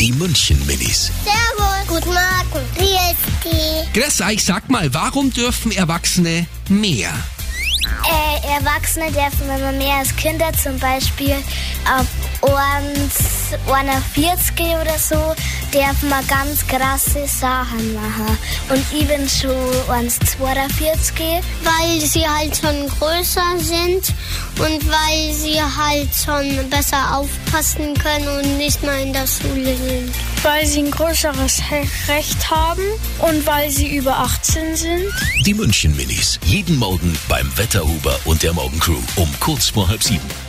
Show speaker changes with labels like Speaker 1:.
Speaker 1: Die München Minis.
Speaker 2: Servus. Guten Morgen. Wie ist die?
Speaker 1: Grüß euch, sag mal, warum dürfen Erwachsene mehr?
Speaker 2: Äh, Erwachsene dürfen immer mehr als Kinder, zum Beispiel ab 1, 41 oder so, dürfen wir ganz krasse Sachen machen. Und ich bin schon 1,42. Weil sie halt schon größer sind und weil sie halt schon besser aufpassen können und nicht mehr in der Schule sind.
Speaker 3: Weil sie ein größeres Recht haben und weil sie über 18 sind.
Speaker 1: Die München Minis. Jeden Morgen beim Wetterhuber und der Morgencrew um kurz vor halb sieben.